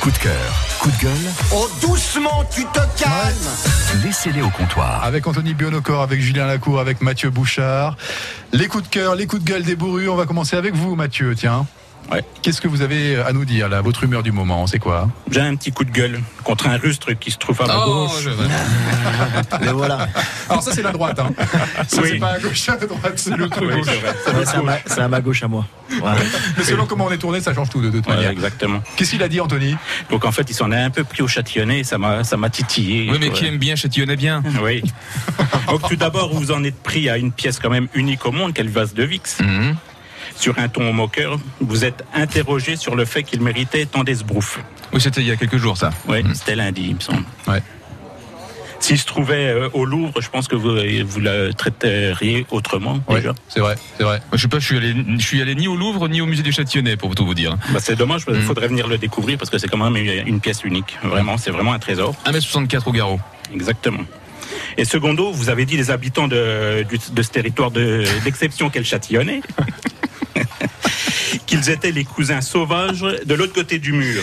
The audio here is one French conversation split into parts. Coup de cœur, coup de gueule, Oh, doucement, tu te calmes laissez-les au comptoir. Avec Anthony Bionocor, avec Julien Lacour, avec Mathieu Bouchard. Les coups de cœur, les coups de gueule des bourrus. On va commencer avec vous, Mathieu, tiens. Ouais. Qu'est-ce que vous avez à nous dire, là Votre humeur du moment, c'est quoi J'ai un petit coup de gueule contre un rustre qui se trouve à ma Oh, gauche. je vais. Mais voilà, Alors, ça, c'est la droite. Hein. Ça, Oui. c'est pas à gauche, à droite, c'est l'autre Oui, gauche. c'est vrai. Ouais, c'est à ma- c'est à ma gauche à moi. Voilà. Mais selon comment on est tourné, ça change tout, de toute Voilà, manière. exactement. Qu'est-ce qu'il a dit, Anthony Donc en fait, il s'en est un peu pris au châtillonnet, et ça m'a, ça m'a titillé. Oui, mais Ouais. qui aime bien châtillonnait bien. Oui. Donc tout d'abord, vous en êtes pris à une pièce quand même unique au monde, qu'est le vase de Vix. Mhm. Sur un ton moqueur, vous êtes interrogé sur le fait qu'il méritait tant d'esbrouf. Oui, c'était il y a quelques jours, ça. Oui, c'était lundi, il me semble. Mhm. Ouais. S'il se trouvait euh, au Louvre, je pense que vous, vous le traiteriez autrement, Ouais, déjà. c'est vrai, c'est vrai. Je sais pas, je suis allé, je suis allé ni au Louvre ni au musée du Châtillonnet, pour tout vous dire. Bah, c'est dommage, il Mm. faudrait venir le découvrir parce que c'est quand même une une pièce unique. Vraiment, c'est vraiment un trésor. 1m64 au garrot. Exactement. Et secondo, vous avez dit les habitants de, du- de ce territoire de- d'exception qu'est le Châtillonnet, qu'ils étaient les cousins sauvages de l'autre côté du mur.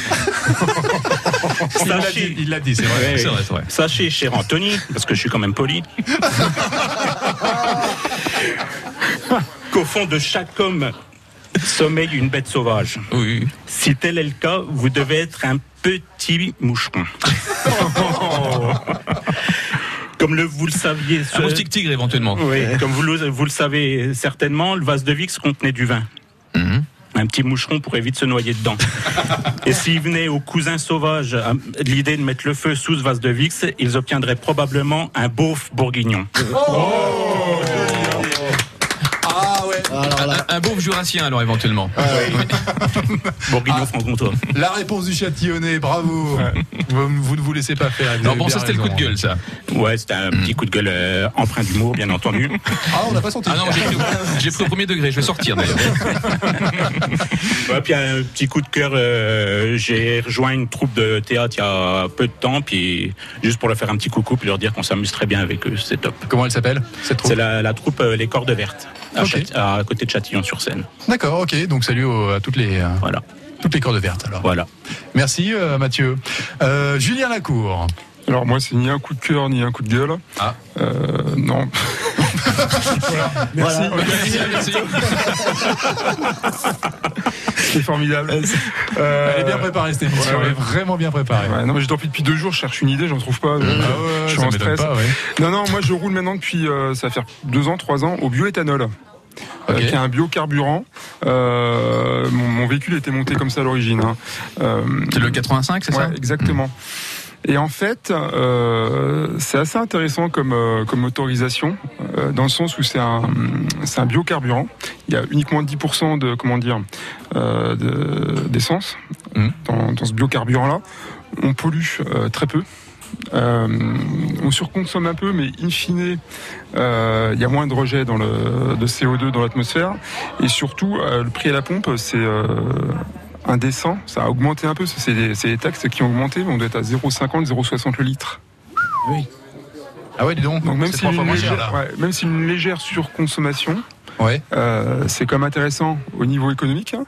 Il l'a dit, Sachez- il l'a dit, c'est vrai. Ouais, C'est oui. vrai, c'est vrai. Sachez, cher Anthony, parce que je suis quand même poli, qu'au fond de chaque homme sommeille une bête sauvage. Oui. Si tel est le cas, vous devez être un petit moucheron. Comme le, vous le saviez, ce- Euh, Un moustique tigre, éventuellement. oui, comme vous le, vous le savez certainement, le vase de Vix contenait du vin. Un petit moucheron pourrait vite se noyer dedans. Et s'il venait aux cousins sauvages à l'idée de mettre le feu sous ce vase de Vix, ils obtiendraient probablement un beauf bourguignon. Alors là, Un, un beauf jurassien, alors, éventuellement. Bourguignon franc-comtois. La réponse du Châtillonnet, bravo. Vous, vous ne vous laissez pas faire. vous Non, avez bon, bien ça, c'était le coup raison. de gueule, ça. Ouais, c'était un petit coup de gueule euh, empreint d'humour, bien entendu. Ah, on n'a pas senti. Ah non, j'ai pris, au- j'ai pris au premier degré, je vais sortir, d'ailleurs. Ouais, puis un petit coup de cœur, euh, j'ai rejoint une troupe de théâtre il y a peu de temps, puis juste pour leur faire un petit coucou, puis leur dire qu'on s'amuse très bien avec eux, c'est top. Comment elle s'appelle cette troupe C'est la, la troupe euh, Les Cordes Vertes, à, Ok. Châti- à côté de Châtillon-sur-Seine. D'accord, ok. Donc salut au- à toutes les euh, Voilà, toutes les cordes vertes. Alors, voilà. merci euh, Mathieu. Euh, Julien Lacour. Alors moi, c'est ni un coup de cœur ni un coup de gueule. Ah. Euh, non. voilà. Merci, merci. C'est formidable. Euh, Elle est bien préparée cette émission. ouais, ouais. Elle est vraiment bien préparée. ouais, non, mais j'étais en depuis deux jours. Je cherche une idée, j'en trouve pas. Ah donc, ouais, euh, ouais, je suis ça en m'étonne stress. pas, ouais. Non, non, moi je roule maintenant depuis euh, ça va faire deux ans, trois ans au bioéthanol, euh, Ok. qui est un biocarburant. Euh, mon, mon véhicule était monté comme ça à l'origine. hein. Euh, C'est le 85, c'est ouais, ça Hmm. exactement. Et en fait, euh, c'est assez intéressant comme, euh, comme autorisation, euh, dans le sens où c'est un, c'est un biocarburant. Il y a uniquement 10% de, comment dire, euh, de- d'essence Hmm. Mhm. dans, dans ce biocarburant-là. On pollue euh, très peu. Euh, on surconsomme un peu, mais in fine, euh, il y a moins de rejets dans le, de CO2 dans l'atmosphère. Et surtout, euh, le prix à la pompe, c'est euh, indécent. Ça a augmenté un peu. ça, C'est les, c'est les taxes qui ont augmenté. On doit être à 0,50, 0,60 le litre. Ah ouais, dis donc. Donc même c'est si trois fois une moins cher légère, là. ouais, même si une légère surconsommation, Ouais. euh, c'est quand même intéressant au niveau économique. hein.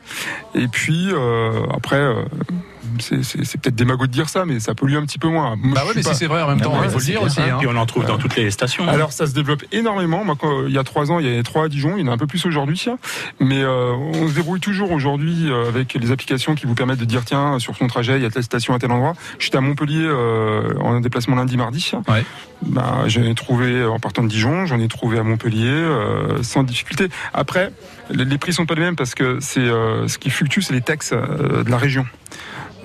Et puis euh, après, euh, c'est c'est- c'est peut-être démago de dire ça, mais ça pollue un petit peu moins. Moi, Bah je ouais, suis mais pas- si c'est vrai en même temps, ouais, il faut le c'est dire bien, aussi. hein. hein. Ah Puis on en trouve dans toutes les stations. Alors ça se développe énormément. Moi, quand, euh, il y a trois ans, il y avait trois à Dijon, il y en a un peu plus aujourd'hui. Mais euh, on se débrouille toujours aujourd'hui euh, avec les applications qui vous permettent de dire tiens sur son trajet il y a telle station à tel endroit. J'étais à Montpellier euh, en déplacement lundi mardi. Ouais. Bah, j'en ai trouvé en partant de Dijon, j'en ai trouvé à Montpellier euh, sans difficulté. Après les, les prix sont pas les mêmes parce que c'est euh, ce qui fluctue c'est les taxes euh, de la région.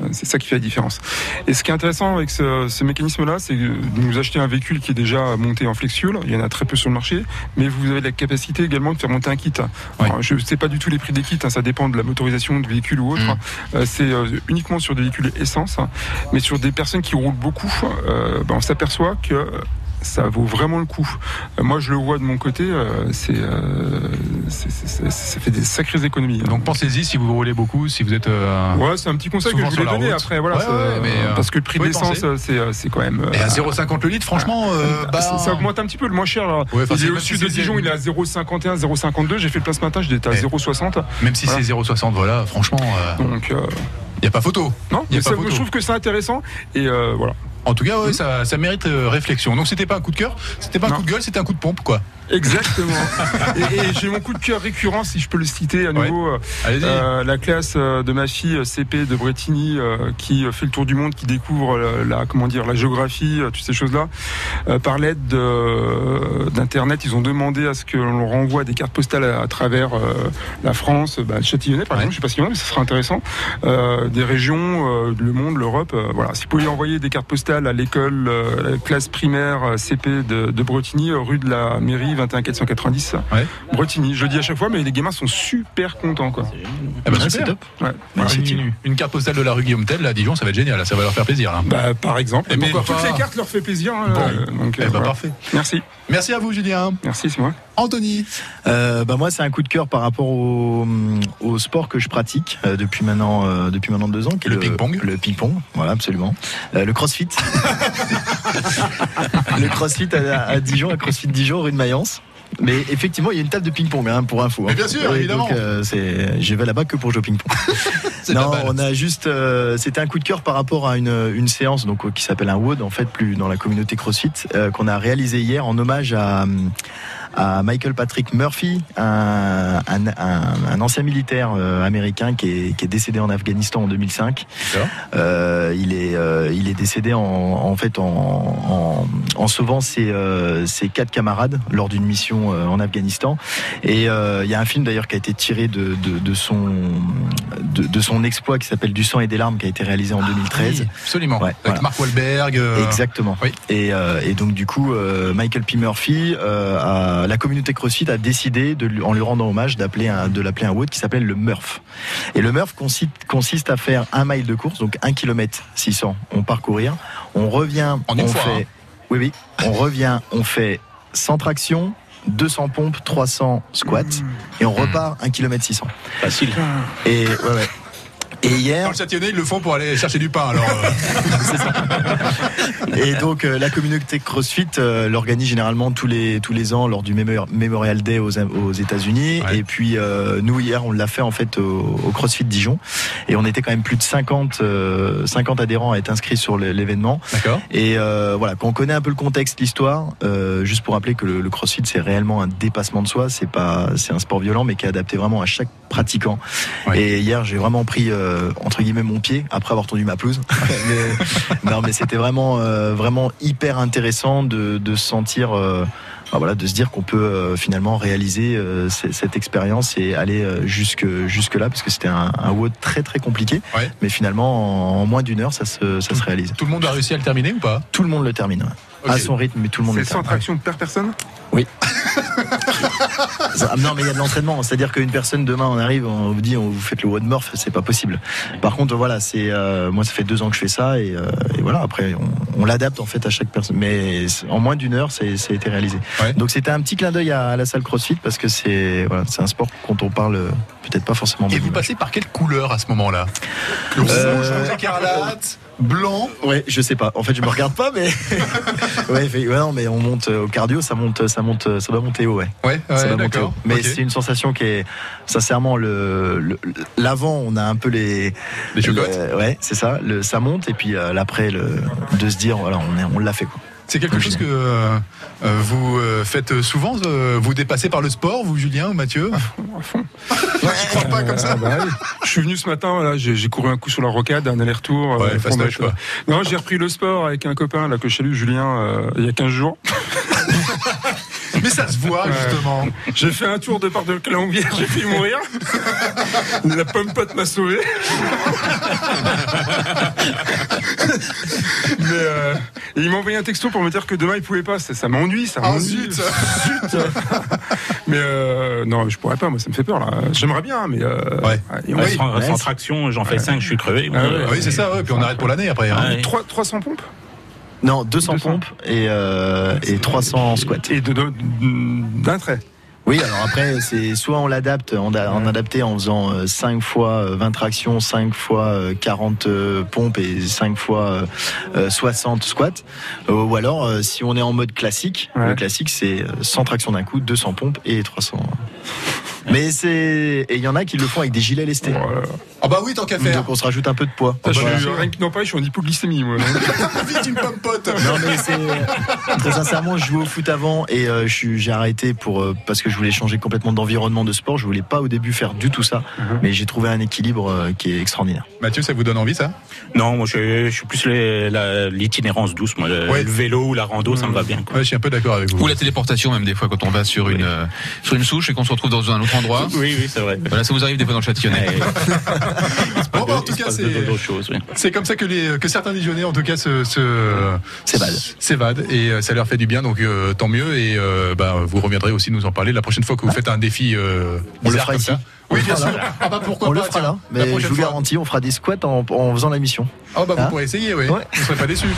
Euh, C'est ça qui fait la différence. Et ce qui est intéressant avec ce, ce mécanisme-là, c'est que vous achetez un véhicule qui est déjà monté en flex-fuel, il y en a très peu sur le marché, mais vous avez la capacité également de faire monter un kit. Alors, je ne sais pas du tout les prix des kits, hein, ça dépend de la motorisation de véhicule ou autre. Euh, c'est euh, uniquement sur des véhicules essence, hein, mais sur des personnes qui roulent beaucoup, euh, ben, on s'aperçoit que ça vaut vraiment le coup. Euh, moi, je le vois de mon côté, euh, c'est, euh, c'est- c'est- c'est- ça fait des sacrées économies. hein. Donc pensez-y si vous roulez beaucoup, si vous êtes. euh, Ouais, c'est un petit conseil Souvent que je sur voulais la donner route. après. Voilà, Ouais, c'est- ouais, mais, euh, parce que le prix de faut y l'essence, penser. euh, c'est euh, c'est quand même. euh, Et à 0,50 le litre, franchement, euh, bah, Ah, ça, ça augmente un petit peu le moins cher. Là. Ouais, enfin, il c'est est même au si sud de c'est- Dijon, il est à 0,51, 0,52. J'ai fait le plein ce matin, j'étais à Ouais. 0,60. Même si Voilà. c'est 0,60, voilà, franchement. euh, Donc, euh, Il n'y a pas photo. Non, il y a mais pas ça- photo. je trouve que c'est intéressant. Et euh, voilà. En tout cas, ouais, ça, ça mérite euh, réflexion. Donc c'était pas un coup de cœur, c'était pas un Non. coup de gueule, c'était un coup de pompe, quoi. Exactement. et et j'ai mon coup de cœur récurrent, si je peux le citer à nouveau. Allez-y. Euh, la classe euh, de ma fille euh, CP de Bretigny euh, qui euh, fait le tour du monde, qui découvre euh, la comment dire la géographie, euh, toutes ces choses-là, euh, par l'aide de- d'internet, ils ont demandé à ce que l'on leur renvoie des cartes postales à, à travers euh, la France, euh, bah, Châtillonnais par Ouais. exemple, je sais pas ce qu'il y en a, mais ça sera intéressant, euh, des régions, euh, le monde, l'Europe, euh, voilà. Si vous pouvez envoyer des cartes postales à l'école, euh, la classe primaire euh, CP de, de Bretigny, euh, rue de la mairie 21 490, Ouais. Bretigny. Je le dis à chaque fois, mais les gamins sont super contents quoi. Eh ben, Ah, super. c'est top. Ouais. Voilà. Une, une carte postale de la rue Guillaume Tell, là, à Dijon, ça va être génial, là, ça va leur faire plaisir. hein. Là. Bah, par exemple. Et Donc, pourquoi toutes pas les cartes leur fait plaisir. hein, Bon. euh, donc, Eh euh, ben, voilà. parfait. Merci. Merci à vous, Julien. Merci, c'est moi. Anthony. Euh, bah moi, c'est un coup de cœur par rapport au, hum, au sport que je pratique euh, depuis maintenant euh, depuis maintenant deux ans, qui est Le ping-pong. Le ping-pong, voilà, absolument. Euh, le CrossFit. le CrossFit à, à Dijon, à CrossFit Dijon, rue de Mayence. Mais effectivement, il y a une table de ping-pong, hein, pour info. Mais bien sûr, Oui, évidemment. Donc, euh, c'est, j'y vais là-bas que pour jouer au ping-pong. C'est non, pas mal. on a juste, euh, c'était un coup de cœur par rapport à une, une séance, donc euh, qui s'appelle un WOD en fait, plus dans la communauté CrossFit, euh, qu'on a réalisé hier en hommage à. hum, à Michael Patrick Murphy, un, un- un- un ancien militaire euh, américain qui est, qui est décédé en Afghanistan en 2005. D'accord. Euh, il, est, euh, il est décédé en, en fait en, en, en sauvant ses, euh, ses quatre camarades lors d'une mission euh, en Afghanistan. Et euh, il y a un film d'ailleurs qui a été tiré de, de, de son, de, de son exploit qui s'appelle Du sang et des larmes qui a été réalisé en 2013. Oui, absolument. Ouais, Avec voilà. Mark Wahlberg. euh, Exactement. oui. Et, euh, et donc du coup, euh, Michael P. Murphy, euh, a- la communauté CrossFit a décidé, de, lui- en lui rendant hommage, d'appeler un, de l'appeler un WOD qui s'appelle le Murph. Et le Murph consiste, consiste à faire un mile de course, donc un kilomètre 600, on parcourir, on revient, En une on fois, hein. fait, oui oui, on revient, on fait 100 tractions. 200 pompes, 300 squats Mmh. et on repart 1 km 600. Facile. Ah Et ouais, ouais. Et hier, Dans le Châtillonnais, ils le font pour aller chercher du pain. Alors, euh, Et donc euh, la communauté CrossFit euh, l'organise généralement tous les tous les ans lors du Memo- Memorial Day aux, aux États-Unis. Ouais. Et puis euh, nous hier on l'a fait en fait au, au CrossFit Dijon et on était quand même plus de 50 euh, 50 adhérents à être inscrits sur l'é- l'événement. d'accord. Et euh, voilà, quand on connaît un peu le contexte, l'histoire, euh, juste pour rappeler que le, le CrossFit c'est réellement un dépassement de soi. C'est pas c'est un sport violent mais qui est adapté vraiment à chaque pratiquant. Ouais. Et hier j'ai vraiment pris euh, entre guillemets mon pied après avoir tendu ma pelouse. Mais- non, mais c'était vraiment, euh, vraiment hyper intéressant de, de se sentir, euh, bah voilà, de se dire qu'on peut euh, finalement réaliser euh, c- cette expérience et aller euh, jusque jusque là, parce que c'était un, un WOD très très compliqué. Ouais. Mais finalement, en, en moins d'une heure, ça se, ça se réalise. Tout le monde a réussi à le terminer ou pas Tout le monde le termine. ouais. Ok. À son rythme, mais tout le monde C'est le 100 termine. tractions par personne Ah, Non, mais il y a de l'entraînement. C'est-à-dire qu'une personne demain, on arrive, on vous dit, on vous faites le WOD morph, c'est pas possible. Par contre, voilà, c'est euh, moi, ça fait deux ans que je fais ça et, euh, et voilà. Après, on, on l'adapte en fait à chaque personne. Mais c'est- en moins d'une heure, c'est ça a été réalisé. Ouais. Donc c'était un petit clin d'œil à, à la salle CrossFit parce que c'est voilà, c'est un sport quand on parle euh, peut-être pas forcément. Et bonne vous image. passez par quelle couleur à ce moment-là Le Euh, rouge, écarlate, blanc. Ouais, je sais pas. En fait, je me regarde pas, mais ouais, fait- ouais, non, mais on monte euh, au cardio, ça monte, ça monte, euh, ça doit monter haut, ouais. Ouais, Ça ouais va monter d'accord. haut. Mais Ok. c'est une sensation qui est sincèrement le le- l'avant, on a un peu les Les chocottes. le- ouais, c'est ça. Le, ça monte et puis euh, l'après, le, de se dire voilà, on est, on l'a fait quoi. C'est quelque chose que euh, euh, vous euh, faites souvent, euh, vous dépassez par le sport, vous Julien ou Mathieu à fond. Je crois pas comme ça. Ah bah oui. Je suis venu ce matin, voilà, j'ai j'ai couru un coup sur la rocade, un aller-retour. Ouais, euh, pour fastoche, mettre- Non, j'ai repris le sport avec un copain là que je salue, Julien, euh, il y a 15 jours. Mais ça se voit Ouais. justement. J'ai fait un tour de part de Colombière, j'ai fait mourir. la pomme pote m'a sauvé. Mais euh, et il m'a envoyé un texto pour me dire que demain il pouvait pas. Ça, ça m'ennuie, ça Ah, m'ennuie. zut. Zut. Mais euh, non, je pourrais pas. Moi, ça me fait peur là. J'aimerais bien, mais euh, Ouais. et on Ouais, va- sans, ouais, sans c'est- traction, j'en fais 5, je suis crevé. Ah ouais. Ah oui, c'est ça. ouais, puis on arrête pour l'année après. hein. Ouais. Trois- 300 pompes Non, 200, 200. pompes et euh, et 300 squats. et de- de- d'un trait. Oui, alors après, c'est soit on l'adapte, on a, en adapté en faisant euh, 5 fois euh, 20 tractions, 5 fois euh, 40 euh, pompes et 5 fois euh, euh, 60 squats. Euh, Ou alors, euh, si on est en mode classique, Ouais. le classique c'est euh, 100 tractions d'un coup, 200 pompes et 300. Mais c'est, et il y en a qui le font avec des gilets lestés. Voilà. Ah bah oui, tant qu'à faire. Donc on se rajoute un peu de poids. Ça, je Voilà. suis, Euh, rien que- non, pas, je suis en hypoglycémie, moi. Vite une pomme pote. Non mais c'est très sincèrement, je jouais au foot avant et euh, je suis- j'ai arrêté pour euh, parce que je voulais changer complètement d'environnement de sport. Je voulais pas au début faire du tout ça, Mhm. mais j'ai trouvé un équilibre euh, qui est extraordinaire. Mathieu, ça vous donne envie, ça Non, moi je, je suis plus les- la- l'itinérance douce. Moi, le, Ouais. Hmm. le vélo ou la rando, ça me va bien. quoi. Ouais, je suis un peu d'accord avec vous. Ou la téléportation même des fois quand on va sur une euh, sur une souche et qu'on se retrouve dans un autre Ah. endroit. Oui, oui, c'est vrai. Voilà, ça vous arrive des fois dans le Châtillonnais. Bon, bah, en tout Il se cas, passe de- c'est. d'autres choses, oui. C'est comme ça que, les, que certains Dijonais, en tout cas, se, se S'évadent. s'évadent. et euh, ça leur fait du bien, donc euh, tant mieux. Et euh, bah, vous reviendrez aussi nous en parler la prochaine fois que vous faites un défi. euh, Ah. On le bizarre fera comme ici. ça. Oui, le bien sûr. fera Ah bah pourquoi on pas le fera tiens. là, La mais je prochaine vous fois. garantis, on fera des squats en, en faisant la mission. Ah bah vous Hein pourrez essayer, oui. Ouais. Vous serez pas déçus.